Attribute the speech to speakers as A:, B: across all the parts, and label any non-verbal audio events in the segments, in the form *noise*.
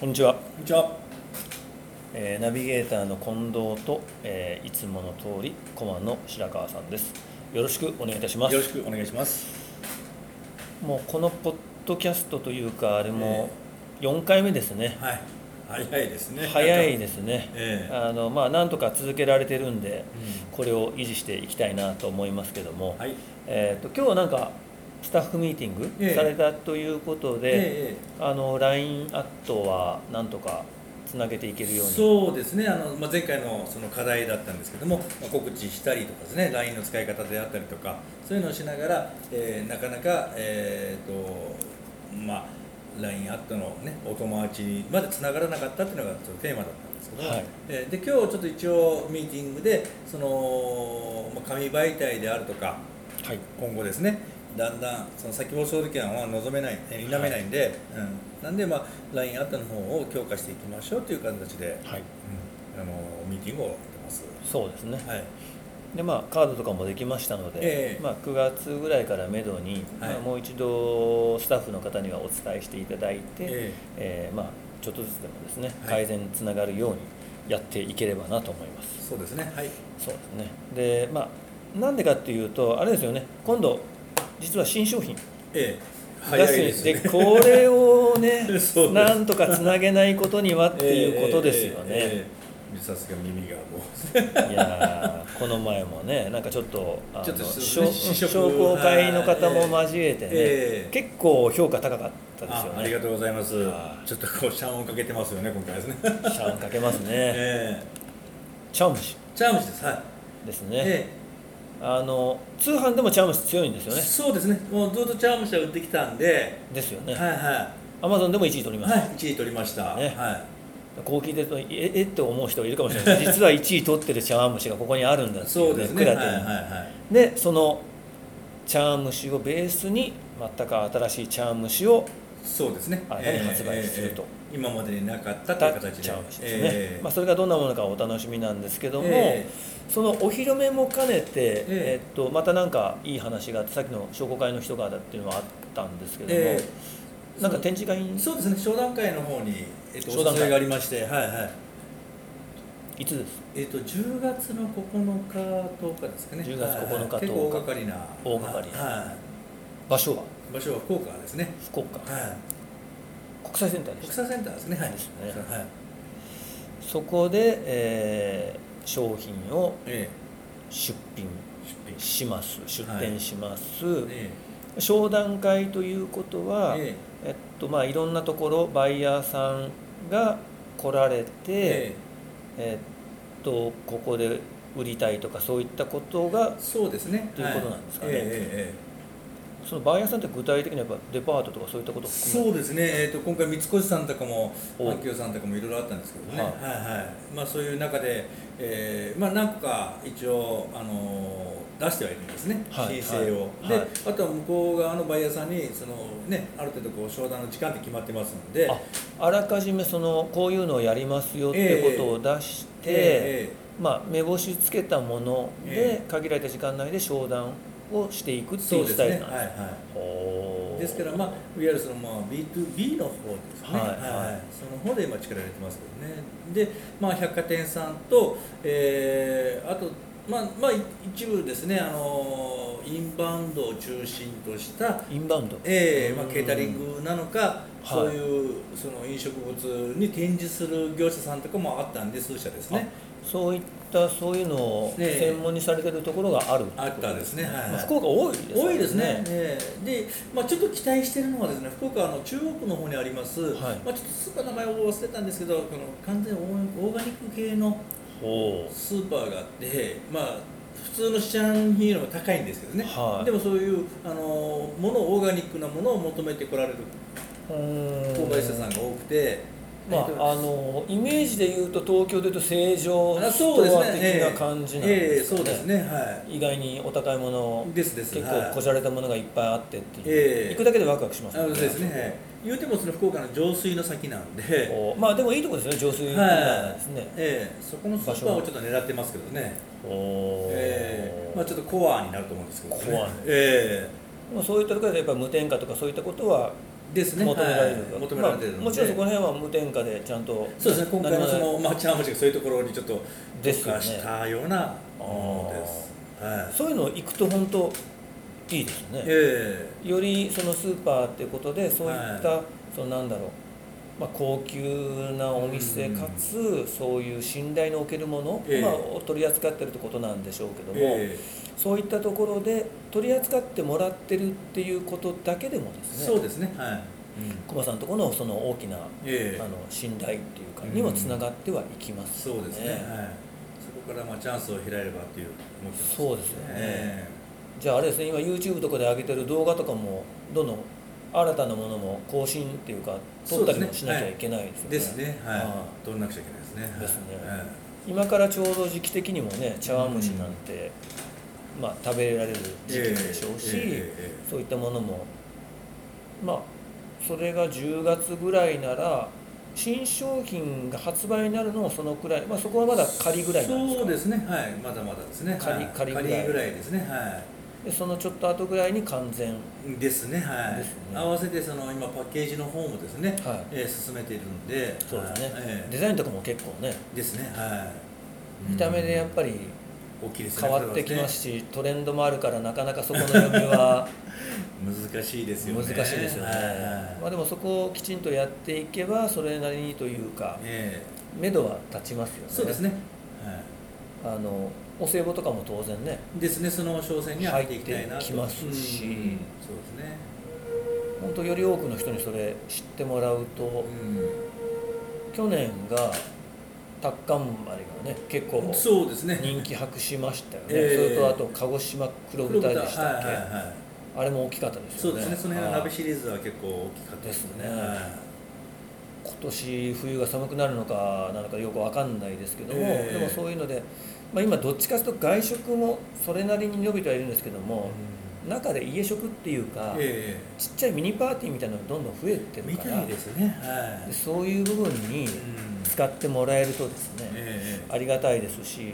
A: こんにちは、
B: こんにちは。
A: えーナビゲーターの近藤と、えーいつもの通り駒の白川さんですよろしくお願いいたします
B: よろしくお願いします。
A: もうこのポッドキャストというかあれも4回目ですね、
B: はい。早いですね。
A: 早いですね、
B: ええ
A: あのまあなんとか続けられてるんで、
B: う
A: これを維持していきたいなと思いますけども、
B: はい。
A: えー、と今日はなんかスタッフミーティング
B: ええ
A: されたということで、
B: え
A: あの LINE アットはなんとかつなげていけ
B: え
A: るように
B: そうですね。あのまあ前回のその課題だったんですけども、まあ告知したりとかですね、LINE の使い方であったりとか、そういうのをしながら、えーなかなかえっ、とまあ LINE アットのねお友達にまで繋がらなかったっていうのがちょっとテーマだったんですけど、
A: はい
B: えーで今日ちょっと一応ミーティングでそのまあ紙媒体であるとか。
A: はい
B: 今後ですねだんだんその先放送権は望めないえ否めないんで、うん、なんでまあ LINE アットの方を強化していきましょうという形で、
A: はい
B: うんあのミーティングをやってます
A: そうですね、
B: はい
A: でまあカードとかもできましたので、
B: ええ
A: まあ、9月ぐらいからめどに、
B: はい
A: まあ、もう一度スタッフの方にはお伝えしていただいて、え
B: え
A: ーまあ、ちょっとずつでもですね、
B: はい
A: 改善につながるようにやっていければなと思います
B: そうですねはい
A: そうですねでまあなんでかっていうとあれですよね今度実は新商品
B: ええ
A: 出
B: 早いです
A: で,、
B: ね
A: これをね
B: *laughs* そうです
A: なんとかつなげないことにはっていうことですよね、
B: ええええええさすが耳がもう
A: いやーこの前もねなんかちょっとあの
B: ちょっと
A: しょ
B: そうですね試食
A: 商工会の方も交えてね、
B: はいええ
A: 結構評価高かったですよ
B: あ
A: ね
B: ありがとうございます
A: はい
B: ちょっとこうシャンをかけてますよね今回ですね
A: シャンかけますね、
B: ええ
A: チャームシ
B: チャームシですはい、
A: です
B: え
A: ね、
B: え
A: あの通販でもチャームシ強いんですよね
B: そうですねもうずっとチャームシは売ってきたんで、
A: ですよね
B: はいはい
A: アマゾンでも1位取りました、
B: はい、1位取りました、
A: ね
B: は
A: こう聞いてるとええって思う人いるかもしれ
B: *laughs*
A: ない実は1位取ってるチャームシがここにあるんだ
B: い、
A: ってい
B: そうう
A: ね
B: ですね、
A: 蔵
B: はい
A: 手
B: はい
A: に
B: は
A: でそのチャームシをベースに全く新しいチャームシを
B: い、そうですね、
A: あ発売すると
B: え今までになかったと
A: た
B: いう
A: っ
B: 形で、
A: ちゃうんですね、
B: ええ
A: まあ、それがどんなものかお楽しみなんですけども、
B: え
A: そのお披露目も兼ねて、え
B: ええ
A: っとまたなんかいい話があってさっきの商工会の人がだっていうのはあったんですけども、
B: え
A: なんか展示会
B: え
A: に
B: そうですね、商談会の方に、えっと、
A: 商
B: お
A: 談会
B: 誘いがありまして、はいはい、
A: いつです
B: えっと、10月の9日、10日ですかね、
A: 10月9日
B: はいはい
A: 10日
B: 結構大掛かりな、
A: 大掛かりな
B: は、
A: 場所はい
B: 場所は福岡ですね、
A: 福岡
B: は
A: 国際センター
B: い、
A: で
B: 国
A: した
B: 際センターですね、はい、
A: ですね
B: はい
A: そこで、えー商品を
B: え
A: 出品
B: え出品
A: します出店します、
B: え
A: 商談会ということは、
B: え
A: えっとまあ、いろんなところバイヤーさんが来られて、
B: え
A: えっとここで売りたいとかそういったことが
B: そうですね、
A: ということなんですかね
B: はいええええええ
A: そのバイヤーさんって具体的にやっぱデパートとかそういったことを含
B: そ
A: め
B: うですね、えー、と今回三越さんとかも
A: お
B: 阪急さんとかもいろいろあったんですけどね、
A: は
B: はいいはいまあ、そういう中で、えーまあ、何個か一応、あのー出してはいるんですね、
A: はい
B: 申請を、
A: はい
B: で
A: はい
B: あとは向こう側のバイヤーさんにその、ね、ある程度こう商談の時間って決まってますので
A: ああらかじめそのこういうのをやりますよってことを出して、
B: え
A: まあ、目星つけたもので
B: え
A: 限られた時間内で商談をしていく
B: ー
A: って
B: そ
A: いうう
B: で
A: ス
B: す
A: タイ
B: ね
A: ルなん
B: はい
A: です
B: はい
A: ほう
B: ですから、まあ、いわゆるその、まあ、B2B の方です
A: は
B: ね、はいい
A: はい
B: その方で今、力入れてますけどね、で、まあ、百貨店さんと、えーあと、まあまあ、い一部ですね、あのインバウンドを中心とした、
A: インバウンド、
B: えーまあ、
A: うん
B: ケータリングなのか、そういうその飲食物に展示する業者さんとかもあったんで、数社ですね、
A: そういったそういうのを
B: ええ
A: 専門にされてるところがある、
B: あったですね。はいはい
A: まあ福岡多いです
B: 多いですね、ええで、まあ、ちょっと期待してるのはですね福岡の中央区の方にあります、
A: はい
B: まあ、ちょっとスーパーの名前を忘れたんですけどこの完全オーオーガニック系の
A: ほう
B: スーパーがあって、まあ、普通の市販品よりも高いんですけどね、
A: はい
B: でもそういうあのものオーガニックなものを求めてこられる購
A: 購
B: 買者さんが多くて、
A: ま
B: えっと
A: あ、あのイメージで言うと東京で言うと正常
B: あ
A: ス
B: そうです
A: トア
B: ね
A: 的
B: え
A: な
B: え
A: 感じなんですか
B: ええそうですねは
A: 意外にお高いもの
B: いですです
A: 結
B: はい
A: 構こじゃれたものがいっぱいあってっていう、
B: ええ
A: 行くだけでワクワクします
B: あ
A: もん
B: のですね言うてもその福岡の浄水の先なんで、
A: おまあでもいいとこですね浄水
B: はい
A: ですね、
B: ええそこのスーパーをちょっと狙ってますけどね、
A: お
B: ええまあ、ちょっ
A: と
B: とコアになると思うんですけど、ね、
A: コアに
B: え
A: そういったところでやっぱ無添加とかそういったことは
B: えですね
A: 求められるのか、
B: はい求められてるので、
A: まあもちろんそこら辺は無添加でちゃんと
B: そうですね今回のそ
A: 何も
B: のまあ茶碗蒸しがそういうところにちょっと
A: で
B: 特
A: すよね
B: 化したようなものですは
A: ない
B: い
A: そういうの行くと本当いいですよね
B: え
A: よりそのスーパーってことでそういった、
B: は
A: そのなんだろう、まあ、高級なお店
B: うん
A: かつそういう信頼のおけるもの、
B: ええ
A: まあ、を取り扱ってるってことなんでしょうけど
B: え
A: も、
B: え
A: そういったところで取り扱ってもらってるっていうことだけでもで
B: え
A: すね
B: そうですねはい、うん
A: 駒さんのところのその大きな、
B: ええ
A: あの信頼っていうかにもつながってはいきますよ
B: そうですねはいそこからまあチャンスを開ければっていう思ってます
A: そうですよね
B: え
A: じゃああれですね今 YouTube とかで上げてる動画とかもどんどん新たなものも更新っていうか撮ったりもしなきゃいけないですよ
B: え
A: ね
B: ですねはい、
A: ああ
B: 取んなくちゃいけないですねはい
A: ですね
B: はい
A: 今からちょうど時期的にもね茶碗蒸しなんて、まあ、食べられる時期でしょうし、
B: ええええ
A: そういったものもまあそれが10月ぐらいなら新商品が発売になるのもそのくらい、まあ、そこはまだ仮ぐらいなんですか
B: そうですねはいまだまだですね
A: 仮
B: はい
A: 仮ぐらい
B: 仮ぐらいですねは
A: でそのちょっと後ぐらいに完全
B: いですねはい
A: ですね
B: 合わせてその今パッケージの方もですね、
A: はい
B: えー進めているので
A: そうですね、
B: はいえ
A: デザインとかも結構ね
B: えですねはい
A: 見た目でやっぱり
B: 大きいですね
A: 変わってきますし、トレンドもあるからなかなかそこの読みは
B: 難しい *laughs* ですよ
A: 難
B: ね
A: しいですよね
B: はいはい
A: まあ、でもそこをきちんとやっていけばそれなりにというか
B: え
A: 目処は立ちますよね
B: えそうですね、はい
A: あのお歳暮とかも当然ね
B: ですね、その商戦には入っていきたいな
A: 入
B: と
A: ってきますし
B: うんそうですね、
A: 本当より多くの人にそれ知ってもらうと
B: う
A: 去年がタッカンマリがね結構
B: ん、そうですね
A: 人気博しましたよね、
B: え
A: それ
B: え
A: とあと鹿児島黒
B: 黒
A: 豚
B: 豚
A: でしたっけ、
B: はいはいはい
A: あれも大きかったです
B: そ
A: よね
B: うですねその辺の
A: は
B: 鍋
A: い
B: シリーズは結構大きかったですよね
A: ですね
B: はい
A: 今年冬が寒くなるのかなのかよくわかんないですけども、
B: ええ
A: でもそういうので、まあ、今どっちかというと外食もそれなりに伸びてはいるんですけども、中で家食っていうか、
B: え
A: ちっちゃいミニパーティーみたいなのがどんどん増えて
B: え
A: る
B: み
A: から
B: たいですねは
A: で
B: い
A: そういう部分に
B: うん
A: 使ってもらえるとですね、
B: ええ
A: ありがたいですし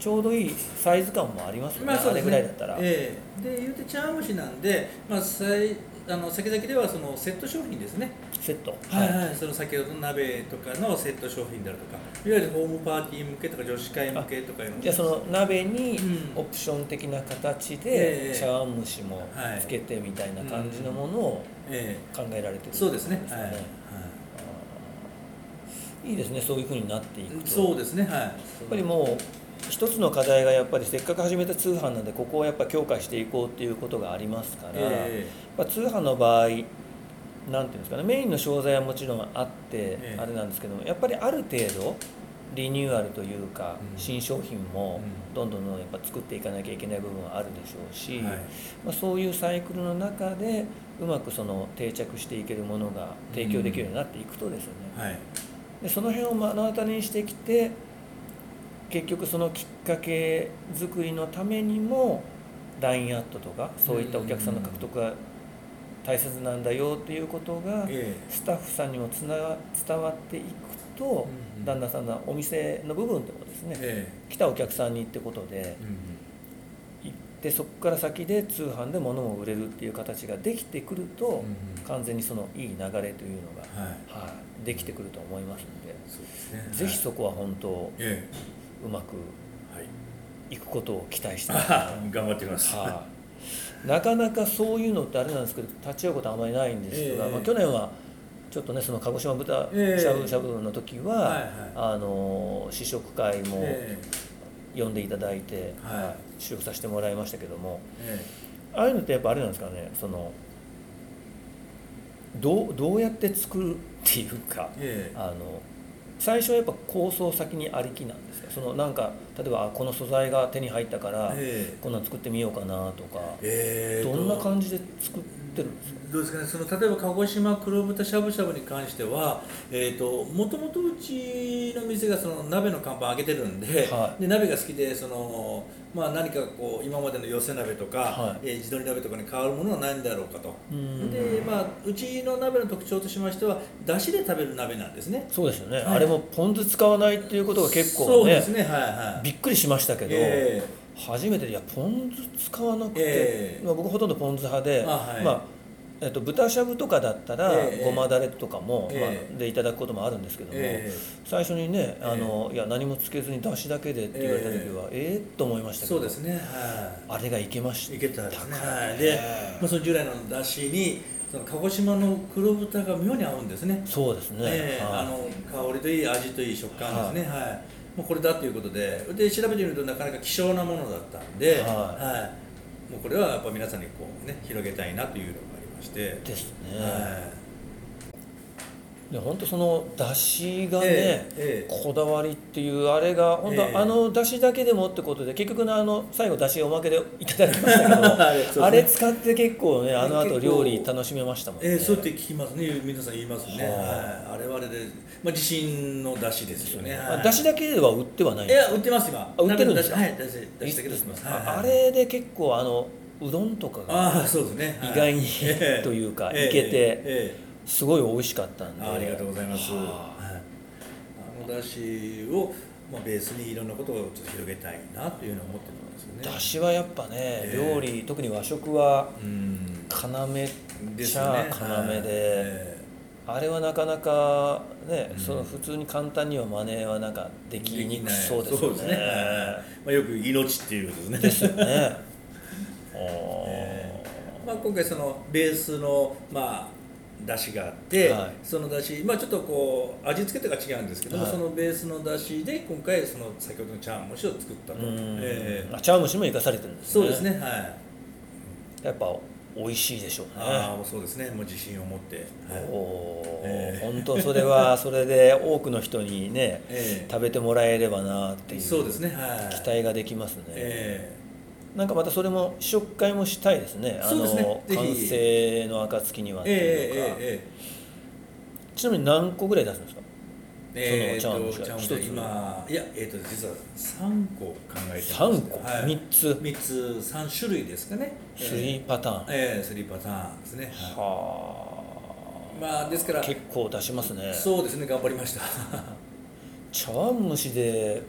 A: ちょうどいいサイズ感もありますよね,、
B: まあそう
A: れ
B: です
A: ぐ
B: ね
A: らいだったら、
B: ええで言うて茶碗蒸しなんでまあ最あの先々ではそのセット商品ですね
A: セット
B: はいはい、その先ほどの鍋とかのセット商品であるとかいわゆるホームパーティー向けとか女子会向けとかいうの
A: じゃあその鍋に
B: うん
A: オプション的な形
B: え
A: で
B: え
A: 茶碗蒸しも
B: はい
A: つけてみたいな感じのものを
B: え
A: 考えられてる
B: えそうですね
A: か
B: はい、はい
A: あーいいですねそういうふうになっていくと
B: そう
A: やっ
B: ですねはいやっ
A: ぱりもう一つの課題がやっぱりせっかく始めた通販なんでここをやっぱ強化していこうっていうことがありますから、
B: え
A: まあ、通販の場合なんていうんですかねメインの商材はもちろんあって
B: ええ
A: あれなんですけどもやっぱりある程度リニューアルというか
B: うん
A: 新商品も
B: うん
A: どんどんどんどんやっぱ作っていかなきゃいけない部分はあるでしょうし、
B: えはい
A: まあ、そういうサイクルの中でうまくその定着していけるものが提供できるようになっていくとですよね、
B: はい
A: でその辺を目の当たりにしてきて結局そのきっかけ作りのためにも LINE アットとかそういったお客さんの獲得が大切なんだよっていうことが
B: え
A: スタッフさんにもつなが伝わっていくと
B: うん
A: 旦那さんのお店の部分でもです
B: え
A: ね
B: え
A: 来たお客さんにってことで
B: えうん
A: 行ってそこから先で通販で物も売れるっていう形ができてくると
B: うん
A: 完全にそのいい流れというのが、
B: はい
A: はい、できてくると思いますので。
B: そうですね
A: *laughs* ぜひそ
B: こ
A: こは本当
B: え
A: うまく
B: えはい
A: いくことを期待して
B: *laughs*
A: ます、
B: ああ頑張ってみます
A: はいなかなかそういうのってあれなんですけど立ち会うことあんまりないんですが、
B: ええ
A: まあ、去年はちょっとねその鹿児島豚し
B: ええ
A: ゃぶしゃぶの時は、
B: はいはい
A: あの試食会も
B: え
A: 呼んでいただいて、
B: えはい
A: 試食させてもらいましたけども
B: え
A: ああいうのってやっぱあれなんですかねそのどうどうやって作るっていうか、
B: ええ
A: あの最初はやっぱ構想先にありきなんですかそのなんか例えばあこの素材が手に入ったから、
B: ええ
A: こんなん作ってみようかなとか、
B: ええ
A: どんな感じで作ってるんですか
B: どうですかねその例えば鹿児島黒豚しゃぶしゃぶに関してはえーともともとうちの店がその鍋の看板上げてるんで,、
A: はい
B: で鍋が好きでその、まあ、何かこう今までの寄せ鍋とか、
A: はい
B: えー地鶏鍋とかに変わるものはないんだろうかと
A: うん
B: で、まあ、うちの鍋の特徴としましてはだしで食べる鍋なんですね
A: そうですよね、
B: はい
A: あれもポン酢使わないっていうことが結
B: そ
A: 構
B: う
A: ね
B: ですねはいはい
A: びっくりしましたけど、
B: え
A: 初めていやポン酢使わなくて、
B: ええ
A: まあ、僕ほとんどポン酢派で、
B: あはい
A: まあえっと、豚しゃぶとかだったら、
B: ええ
A: ごまだれとかも、
B: ええ
A: まあ、でいただくこともあるんですけども、
B: ええ
A: 最初にねあの、いや何もつけずにだしだけでって言われた時はええっと思いましたけど
B: そうですねはい
A: あれがいけました
B: いけたんですね。
A: から
B: はい、
A: ね
B: で、まあ、その従来のだしに、その鹿児島の黒豚が妙に合うんですね。
A: そうですね、
B: ええ
A: はい
B: あの香りといい味といい食感ですね。はい。もうこれだということで、で調べてみるとなかなか希少なものだったんで、
A: はい
B: いもうこれはやっぱ皆さんにこうね広げたいなというのがありまして、
A: ですね、
B: は
A: で本当その出汁がね、
B: ええええ
A: こだわりっていうあれが本当、
B: ええ
A: あの出汁だけでもってことで結局のあの最後出汁おまけでいただきましたけ
B: あれそうです
A: ど
B: ね
A: あれ使って結構ねあの後
B: 結構
A: 料理楽しめましたもんね、
B: ええそうやって聞きますね。皆さん言いますね。
A: は
B: はい、あれはあれで、まあ自信のだしですよね。はい
A: 出汁だけでは売ってはないん
B: い
A: です
B: や売ってます今。
A: あ売ってるんですか
B: はい、出し出しだけです。はいはい
A: ああれで結構あのうどんとかが
B: ああそうですね、
A: 意外に
B: ええ
A: というか
B: ええ
A: いけて
B: え
A: すごい美味しかったん
B: え
A: で
B: あありがとうございます、はい
A: はあ
B: あのだしを、まあ、ベースにいろんなことをちょっと広げたいなというのは思ってるんですよね
A: 出汁はやっぱね、
B: ええ
A: 料理特に和食は
B: うん
A: 要
B: で
A: っ
B: す
A: ち
B: ね
A: ゃ
B: はい
A: 要で、
B: え
A: あれはなかなかね、
B: うん
A: その普通に簡単には真似はなんかで
B: え
A: きにくそうですよ
B: そう
A: ね
B: ですね、はいまあ、よく命っていうこと
A: で
B: ですす
A: よ
B: *laughs* ね
A: ねおー
B: えーまあ、今回そのベースのまあ出汁があって、
A: はい
B: その出汁まあちょっとこう味付けとか違うんですけども、
A: はい
B: そのベースの出汁で今回その先ほどのチャームシを作ったと、
A: うん
B: えー
A: あ茶碗蒸しも生かされてるんですね
B: そうですねはい
A: やっぱ美味しいでしょうね
B: ああそうですねもう自信を持って、はい
A: おー
B: ええ
A: 本当それはそれで多くの人にね、
B: ええ
A: 食べてもらえればなっていう
B: そうですねはい
A: 期待ができますね、
B: え
A: なんかまたそれも試食会もしたいですね
B: そうですね
A: あ
B: ぜ
A: の
B: ひ
A: 完成の暁には
B: え
A: っていうか、
B: え
A: ちなみに何個ぐらい出すんですか
B: ええええええ
A: その
B: ええ
A: チャームシ
B: え
A: が
B: っ
A: 一
B: と
A: つ
B: 今いやえっ、と実は三個考えてます
A: 三個
B: はい
A: 三つ
B: 三つ三種類ですかねええ
A: 3パターン、
B: ええスリーパターンですね、は
A: はい
B: まあですから
A: あ結構出しますね
B: そうですね頑張りました
A: 茶碗蒸しで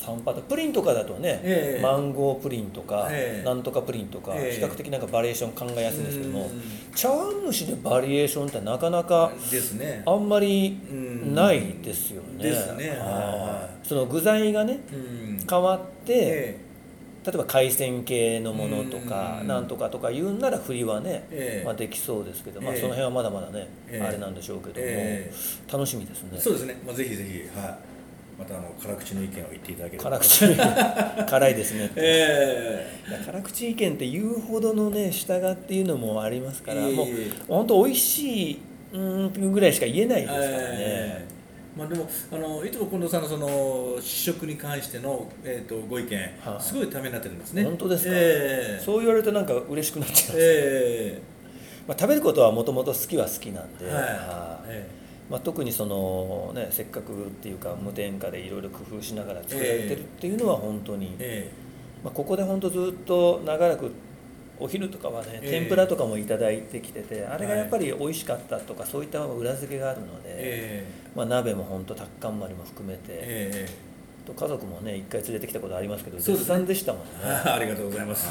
A: 3パターンプリンとかだとね、
B: ええ
A: マンゴープリンとか、
B: ええ
A: なんとかプリンとか、
B: ええ
A: 比較的なんかバリエーション考えやすいんですけども
B: うん
A: 茶碗蒸しでバリエーションってなかなか
B: ですね
A: あんまり
B: うん
A: ないですよね。
B: ですねはい
A: はいその具材がね
B: うん
A: 変わって、
B: え
A: 例えば海鮮系のものとか
B: うん
A: なんとかとか言うんなら振りはね、
B: ええ
A: まあ、できそうですけど、まあ、
B: ええ
A: その辺はまだまだね、
B: ええ
A: あれなんでしょうけども、
B: え
A: 楽しみですね
B: えそうですね、まあ、ぜひぜひはいまたあの辛口の意見を言っていただければ
A: 辛口
B: *laughs*
A: 辛いですねって、
B: え
A: いや辛口意見って言うほどのね下がっていうのもありますから、
B: いえいえ
A: もう本当美味しいうーんぐらいしか言えない
B: え
A: ですからね、
B: ええまあ、でもあのいつも近藤さんのその試食に関しての、えー、とご意見、
A: はい
B: すごいためになってるんですね
A: 本当ですか
B: ええ
A: そう言われるとなんか嬉しくなっちゃう、
B: え
A: まあ、食べることはもともと好きは好きなん
B: え
A: で、
B: はい、
A: はい
B: え
A: まあ、特にその、ね、せっかくっていうか無添加でいろいろ工夫しながら作られてるっていうのは本当に
B: え、え
A: まあ、ここで本当ずっと長らくお昼とかはね、
B: ええ
A: 天ぷらとかもいただいてきててあれがやっぱり美味しかったとかそういった裏付けがあるので、
B: え
A: まあ、鍋も本当タッカンマリも含めて、
B: えええ
A: と家族もね一回連れてきたことありますけど
B: そうですね
A: 絶賛でしたもんね
B: ありがとうございます。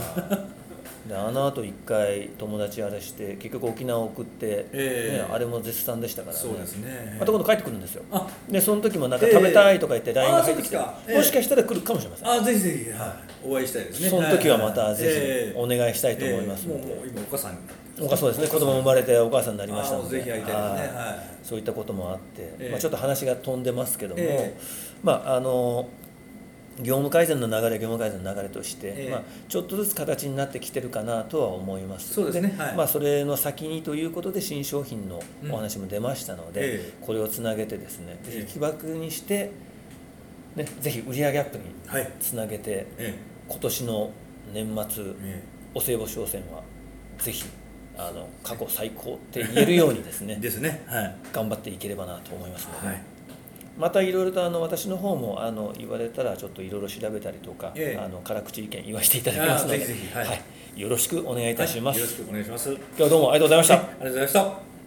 A: であのあと一回友達あれして結局沖縄送って、
B: ええ
A: ね、あれも絶賛でしたからね
B: そうですね。
A: また今度帰ってくるんですよ
B: あ
A: でその時もなんか食べたいとか言って
B: ええ
A: LINE が入ってきて、
B: あそうですかええ
A: もしかしたら来るかもしれません、
B: あぜひぜひ、はい、お会いしたいですね。
A: その時はまた
B: い
A: ぜひお願いしたいと思いますので
B: ええもうもう今お母さんになって
A: 僕はそうですね子供生まれてお母さんになりましたので
B: あぜひ会いたいですね
A: は
B: はい
A: そういったこともあって、
B: え
A: まあ、ちょっと話が飛んでますけども、
B: ええ
A: まああの業務改善の流れ業務改善の流れとして、
B: ええ
A: まあ、ちょっとずつ形になってきてるかなとは思います
B: そうですねはい
A: まあ、それの先にということで新商品のお話も出ましたので、
B: うんえ
A: これをつなげてですね、
B: ええ
A: ぜひ起爆にして、ね、ぜひ売上アップに
B: はい。え
A: つなげて、
B: え
A: 今年の年末、
B: え
A: お歳暮商戦はぜひあの過去最高って言えるようにです
B: え
A: ね
B: ですね。はい。
A: 頑張っていければなと思いますので、
B: はい。
A: またいろいろとあの私の方もあの言われたらちょっといろいろ調べたりとか、
B: ええ
A: あの辛口意見言わせていただきますので
B: あーぜひぜひはい
A: よろしくお願いいたします、
B: はいよろしくお願いします。あり
A: 今日はどうもありがとうございました、
B: がとうございました。